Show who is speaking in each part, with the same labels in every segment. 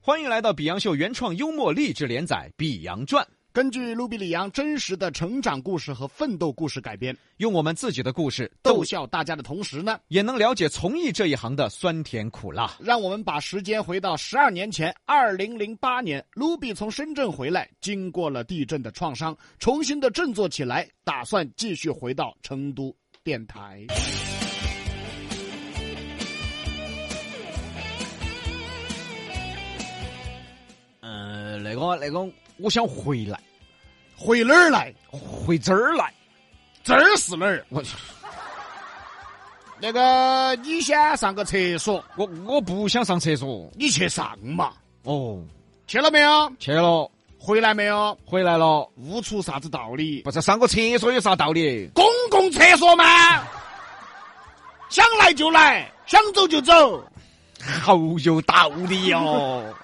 Speaker 1: 欢迎来到《比洋秀》原创幽默励志连载《比洋传》，
Speaker 2: 根据卢比里昂真实的成长故事和奋斗故事改编，
Speaker 1: 用我们自己的故事
Speaker 2: 逗笑大家的同时呢，
Speaker 1: 也能了解从艺这一行的酸甜苦辣。
Speaker 2: 让我们把时间回到十二年前，二零零八年，卢比从深圳回来，经过了地震的创伤，重新的振作起来，打算继续回到成都电台。
Speaker 1: 嗯、那个那个，我想回来，
Speaker 2: 回哪儿来？
Speaker 1: 回这儿来。
Speaker 2: 这儿是哪儿？
Speaker 1: 我
Speaker 2: 那个，你先上个厕所，
Speaker 1: 我我不想上厕所。
Speaker 2: 你去上嘛。
Speaker 1: 哦，
Speaker 2: 去了没有？
Speaker 1: 去了，
Speaker 2: 回来没有？
Speaker 1: 回来了，
Speaker 2: 悟出啥子道理？
Speaker 1: 不是上个厕所有啥道理？
Speaker 2: 公共厕所吗？想来就来，想走就走。
Speaker 1: 好有道理哦哟、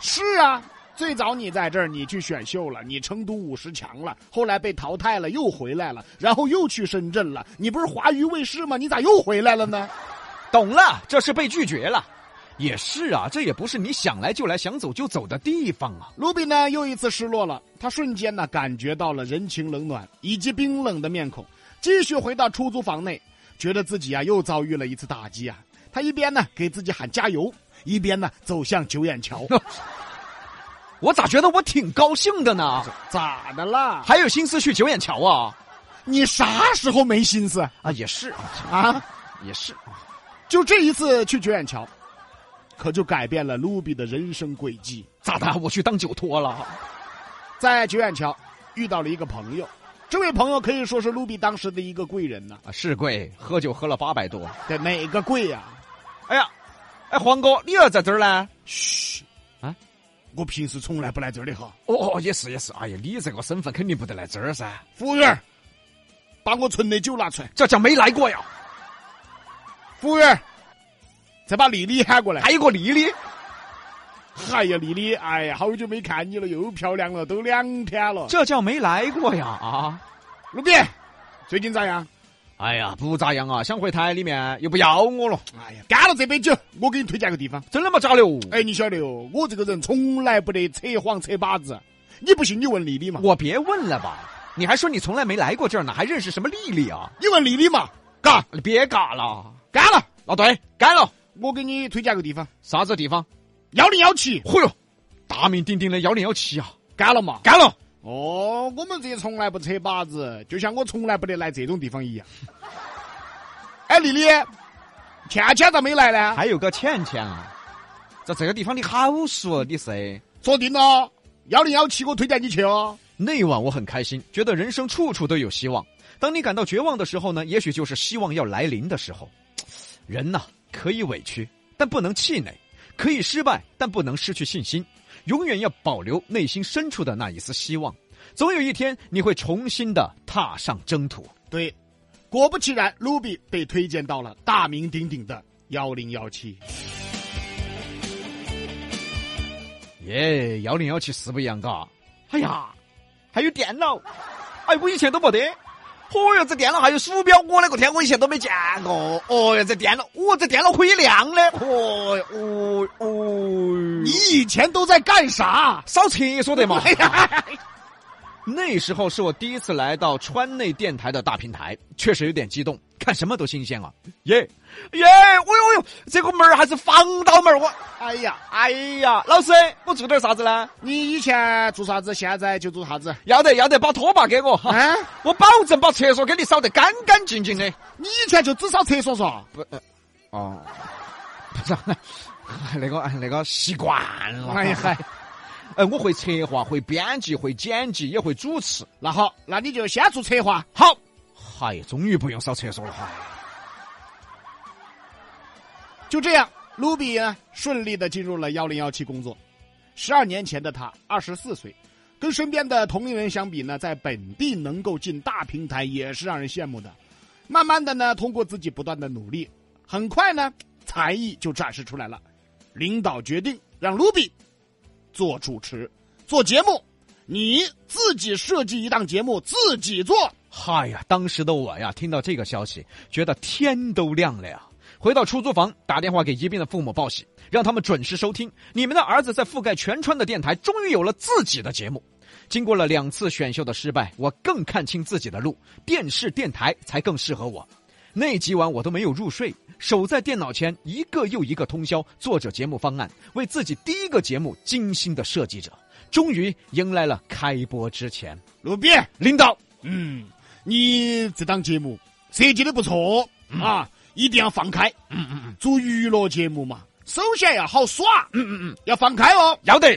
Speaker 2: 是啊，最早你在这儿，你去选秀了，你成都五十强了，后来被淘汰了，又回来了，然后又去深圳了。你不是华娱卫视吗？你咋又回来了呢？
Speaker 1: 懂了，这是被拒绝了。也是啊，这也不是你想来就来、想走就走的地方啊。
Speaker 2: 卢比呢，又一次失落了。他瞬间呢，感觉到了人情冷暖以及冰冷的面孔，继续回到出租房内，觉得自己啊又遭遇了一次打击啊。他一边呢给自己喊加油，一边呢走向九眼桥。
Speaker 1: 我咋觉得我挺高兴的呢？
Speaker 2: 咋的啦？
Speaker 1: 还有心思去九眼桥啊？
Speaker 2: 你啥时候没心思
Speaker 1: 啊，也是，
Speaker 2: 啊？
Speaker 1: 也是。
Speaker 2: 就这一次去九眼桥，可就改变了卢比的人生轨迹。
Speaker 1: 咋的？我去当酒托了？
Speaker 2: 在九眼桥遇到了一个朋友，这位朋友可以说是卢比当时的一个贵人呐、
Speaker 1: 啊，是贵，喝酒喝了八百多。
Speaker 2: 这哪个贵呀、
Speaker 1: 哎呀，哎，黄哥，你要在这儿呢？
Speaker 2: 嘘，
Speaker 1: 啊，
Speaker 2: 我平时从来不来这儿的哈。
Speaker 1: 哦，哦也是也是。哎呀，你这个身份肯定不得来这儿噻，
Speaker 2: 服务员，把我存的酒拿出来。
Speaker 1: 这叫没来过呀。
Speaker 2: 服务员，再把丽丽喊过来。
Speaker 1: 还有个丽丽，
Speaker 2: 哎呀，丽丽，哎呀，好久没看你了，又漂亮了，都两天了。
Speaker 1: 这叫没来过呀啊！
Speaker 2: 卢比，最近咋样？
Speaker 1: 哎呀，不咋样啊，想回台里面又不要我了，
Speaker 2: 哎呀，干了这杯酒，我给你推荐个地方。
Speaker 1: 真的吗？假的哦？
Speaker 2: 哎，你晓得哟，我这个人从来不得扯谎扯把子。你不信，你问丽丽嘛。
Speaker 1: 我别问了吧，你还说你从来没来过这儿呢，还认识什么丽丽啊？
Speaker 2: 你问丽丽嘛，嘎，
Speaker 1: 你别嘎了，
Speaker 2: 干了。
Speaker 1: 老对，干了，
Speaker 2: 我给你推荐个地方，
Speaker 1: 啥子地方？
Speaker 2: 幺零幺七，
Speaker 1: 嚯哟，大名鼎鼎的幺零幺七啊，
Speaker 2: 干了嘛？
Speaker 1: 干了！
Speaker 2: 哦，我们这些从来不扯把子，就像我从来不得来这种地方一样。哎，丽丽，倩倩咋没来 呢？
Speaker 1: 还有个倩倩啊，在这个地方你好熟，你是？
Speaker 2: 说定了，幺零幺七，我推荐你去哦。
Speaker 1: 那晚我很开心，觉得人生处处都有希望。当你感到绝望的时候呢，也许就是希望要来临的时候。人呐、可以委屈，但不能气馁；可以失败，但不能失去信心。永远要保留内心深处的那一丝希望，总有一天你会重新的踏上征途。
Speaker 2: 对，果不其然，卢比被推荐到了大名鼎鼎的幺零幺七。
Speaker 1: 耶，幺零幺七是不一样嘎。哎呀，还有电脑，哎，我以前都没得。哦哟，这电脑还有鼠标，我那个天，我以前都没见过。哦哟，这电脑，我、这电脑可以亮的。哦哟哦哦，
Speaker 2: 你以前都在干啥？
Speaker 1: 扫厕所的 嘛
Speaker 2: 哎？呀，
Speaker 1: 那时候是我第一次来到川内电台的大平台，确实有点激动，看什么都新鲜啊！耶耶，哦哟哦哟，这个门儿还是防盗门儿，我
Speaker 2: 哎呀，
Speaker 1: 哎呀，老师，我做点啥子呢？
Speaker 2: 你以前做啥子，现在就做啥子
Speaker 1: 要得要得，把拖把给我。哈
Speaker 2: 啊？
Speaker 1: 我保证把厕所给你扫得干干净净的。
Speaker 2: 你以前就只扫厕所嗦？
Speaker 1: 哦， 不是，那个那个习惯了。
Speaker 2: 哎呀，嗨，
Speaker 1: 哎，我会策划，会编辑，会剪辑，也会主持。
Speaker 2: 那好，那你就先做策划。
Speaker 1: 好，嗨，终于不用扫厕所了。嗨，
Speaker 2: 就这样，卢比呢顺利的进入了幺零幺七工作。十二年前的他，二十四岁，跟身边的同龄人相比呢，在本地能够进大平台也是让人羡慕的。慢慢的呢，通过自己不断的努力，很快呢，才艺就展示出来了。领导决定让卢比做主持，做节目，你自己设计一档节目，自己做。
Speaker 1: 嗨呀，当时的我呀，听到这个消息，觉得天都亮了呀。回到出租房打电话给宜宾的父母报喜，让他们准时收听。你们的儿子在覆盖全川的电台，终于有了自己的节目。经过了两次选秀的失败，我更看清自己的路，电视电台才更适合我。那几晚我都没有入睡，守在电脑前一个又一个通宵，做着节目方案，为自己第一个节目精心的设计着。终于迎来了开播之前，
Speaker 2: 卢比，
Speaker 1: 领导，
Speaker 2: 嗯，你这档节目设计的不错、啊，一定要放开。嗯嗯嗯，做娱乐节目嘛，首先要好耍，嗯嗯嗯，要放开哦。
Speaker 1: 要得，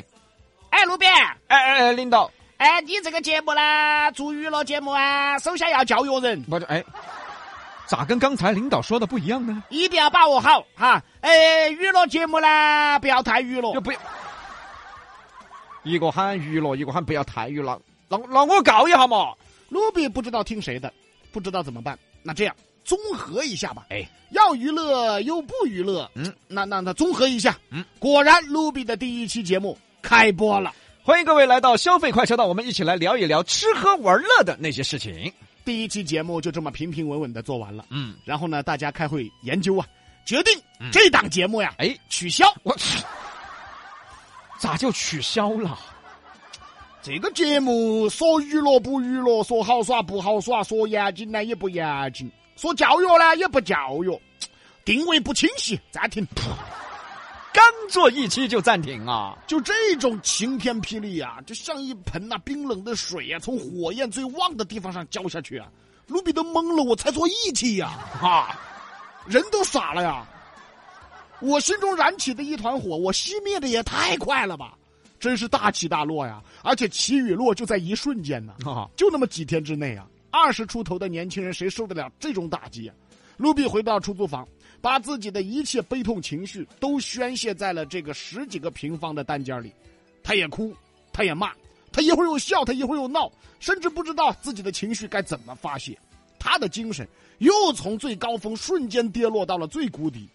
Speaker 2: 哎，卢比，
Speaker 1: 哎哎哎，领导，
Speaker 2: 哎，你这个节目呢，做娱乐节目啊，首先要教育人，
Speaker 1: 我这哎，咋跟刚才领导说的不一样呢？
Speaker 2: 一定要把握好哈。哎，娱乐节目呢，不要太娱乐
Speaker 1: 就。不要，一个喊娱乐，一个喊不要太娱乐，让让我告一下嘛。
Speaker 2: 卢比不知道听谁的，不知道怎么办。那这样综合一下吧。
Speaker 1: 哎，
Speaker 2: 要娱乐又不娱乐，
Speaker 1: 嗯，
Speaker 2: 那那那综合一下，
Speaker 1: 嗯，
Speaker 2: 果然卢比的第一期节目开播了。
Speaker 1: 欢迎各位来到消费快车道，我们一起来聊一聊吃喝玩乐的那些事情。
Speaker 2: 第一期节目就这么平平稳稳的做完了。
Speaker 1: 嗯，
Speaker 2: 然后呢，大家开会研究啊，决定这档节目呀
Speaker 1: 哎，
Speaker 2: 取消。
Speaker 1: 我 咋就取消了？
Speaker 2: 这个节目说娱乐不娱乐，说好耍不好耍，说严谨呢也不严谨，说教育呢也不教育，定位不清晰，暂停。
Speaker 1: 刚做一期就暂停啊？
Speaker 2: 就这种晴天霹雳啊，就像一盆呐、冰冷的水呀、从火焰最旺的地方上浇下去啊！卢比都懵了，我才做一期呀、啊
Speaker 1: 哈、
Speaker 2: 人都傻了呀！我心中燃起的一团火，我熄灭的也太快了吧！真是大起大落呀，而且起与落就在一瞬间呢、
Speaker 1: 啊，
Speaker 2: 就那么几天之内啊，二十出头的年轻人谁受得了这种打击啊？卢比回到出租房，把自己的一切悲痛情绪都宣泄在了这个十几个平方的单间里，他也哭，他也骂，他一会儿又笑，他一会儿又闹，甚至不知道自己的情绪该怎么发泄。他的精神又从最高峰瞬间跌落到了最谷底，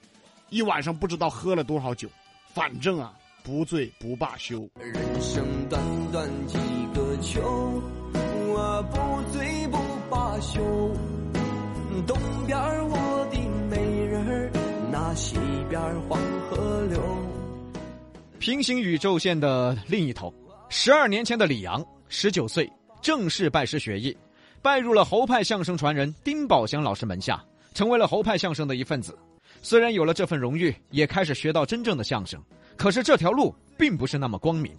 Speaker 2: 一晚上不知道喝了多少酒，反正啊，不醉不罢休。
Speaker 3: 人生短短几个秋，我不醉不罢休。东边儿我的美人儿，那西边儿黄河流。
Speaker 1: 平行宇宙线的另一头，十二年前的李阳，十九岁，正式拜师学艺，拜入了侯派相声传人丁宝祥老师门下，成为了侯派相声的一份子。虽然有了这份荣誉，也开始学到真正的相声，可是这条路并不是那么光明。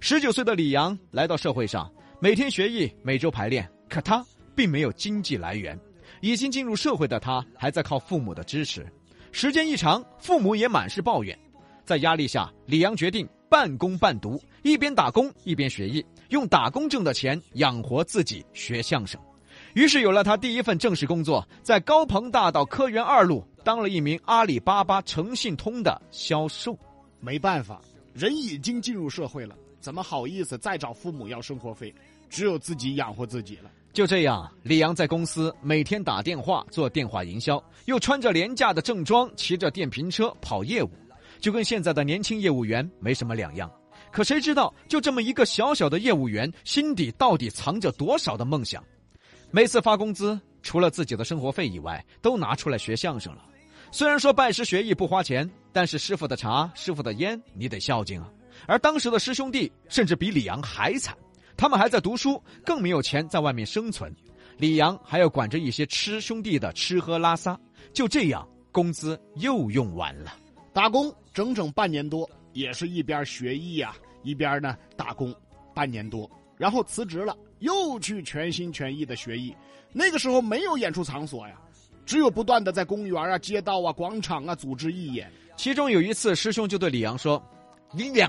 Speaker 1: 十九岁的李阳来到社会上，每天学艺，每周排练，可他并没有经济来源。已经进入社会的他，还在靠父母的支持。时间一长，父母也满是抱怨。在压力下，李阳决定半工半读，一边打工一边学艺，用打工挣的钱养活自己学相声。于是有了他第一份正式工作，在高朋大道科园二路当了一名阿里巴巴诚信通的销售。
Speaker 2: 没办法，人已经进入社会了，怎么好意思再找父母要生活费？只有自己养活自己了。
Speaker 1: 就这样，李阳在公司每天打电话做电话营销，又穿着廉价的正装，骑着电瓶车跑业务，就跟现在的年轻业务员没什么两样。可谁知道，就这么一个小小的业务员，心底到底藏着多少的梦想？每次发工资，除了自己的生活费以外，都拿出来学相声了。虽然说拜师学艺不花钱，但是师傅的茶、师傅的烟，你得孝敬啊。而当时的师兄弟甚至比李阳还惨。他们还在读书，更没有钱在外面生存。李阳还要管着一些吃兄弟的吃喝拉撒，就这样，工资又用完了。
Speaker 2: 打工整整半年多，也是一边学艺啊，一边呢打工，半年多，然后辞职了，又去全心全意的学艺。那个时候没有演出场所呀，只有不断的在公园啊、街道啊、广场啊组织义演。
Speaker 1: 其中有一次，师兄就对李阳说：“李阳，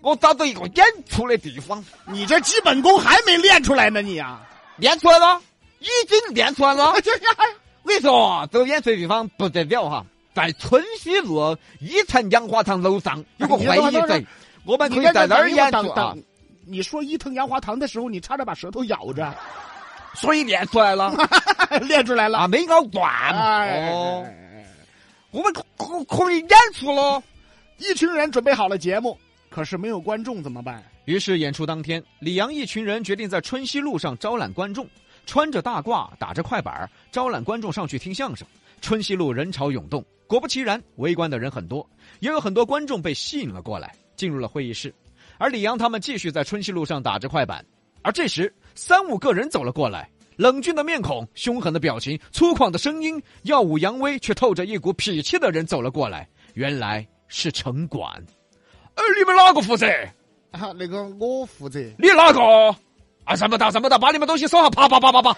Speaker 1: 我找到一个演出的地方，
Speaker 2: 你这基本功还没练出来呢，你啊！
Speaker 1: 练出来了，已经练出来了
Speaker 2: 哎呀呀呀
Speaker 1: 我跟你说，这个演出的地方不得了哈，在春熙路一层洋华堂楼上有个会议室，我们可以在那儿演出啊。
Speaker 2: 你说伊藤洋华堂的时候，你差点把舌头咬着，
Speaker 1: 所以练出来 了
Speaker 2: 练出来了。
Speaker 1: 啊，没咬断
Speaker 2: 哎
Speaker 1: 哦。”
Speaker 2: 哎
Speaker 1: 我们可可可以演出喽。
Speaker 2: 一群人准备好了节目，可是没有观众怎么办？
Speaker 1: 于是演出当天，李阳一群人决定在春熙路上招揽观众，穿着大褂，打着快板儿，招揽观众上去听相声。春熙路人潮涌动，果不其然，围观的人很多，也有很多观众被吸引了过来，进入了会议室。而李阳他们继续在春熙路上打着快板。而这时，三五个人走了过来，冷峻的面孔、凶狠的表情、粗犷的声音，耀武扬威却透着一股痞气的人走了过来，原来是城管。哎，你们哪个负责？
Speaker 2: 啊，那个我负责。
Speaker 1: 你哪个？啊，这么大这么大，把你们东西收好，啪啪啪啪啪，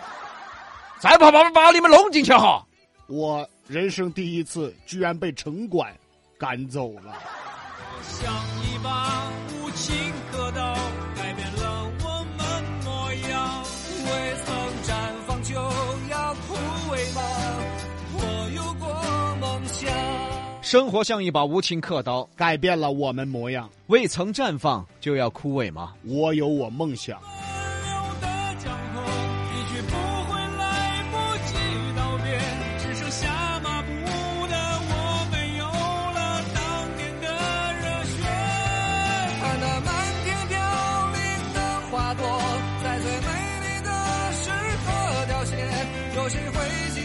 Speaker 1: 再啪啪啪把你们弄进去哈。
Speaker 2: 我人生第一次居然被城管赶走了。
Speaker 4: 像一把无情刻刀，改变了我们模样。
Speaker 3: 未曾绽放就要枯萎吗？我有过梦想。
Speaker 1: 生活像一把无情刻刀，
Speaker 2: 改变了我们模样。
Speaker 1: 未曾绽放就要枯萎吗？
Speaker 2: 我有我梦想。
Speaker 4: 奔流的江河，一去不回，来不及道别，只剩下麻木的我，没有了当年的热血。
Speaker 3: 看那漫天凋零的花朵，在最美丽的时刻凋谢。有谁会？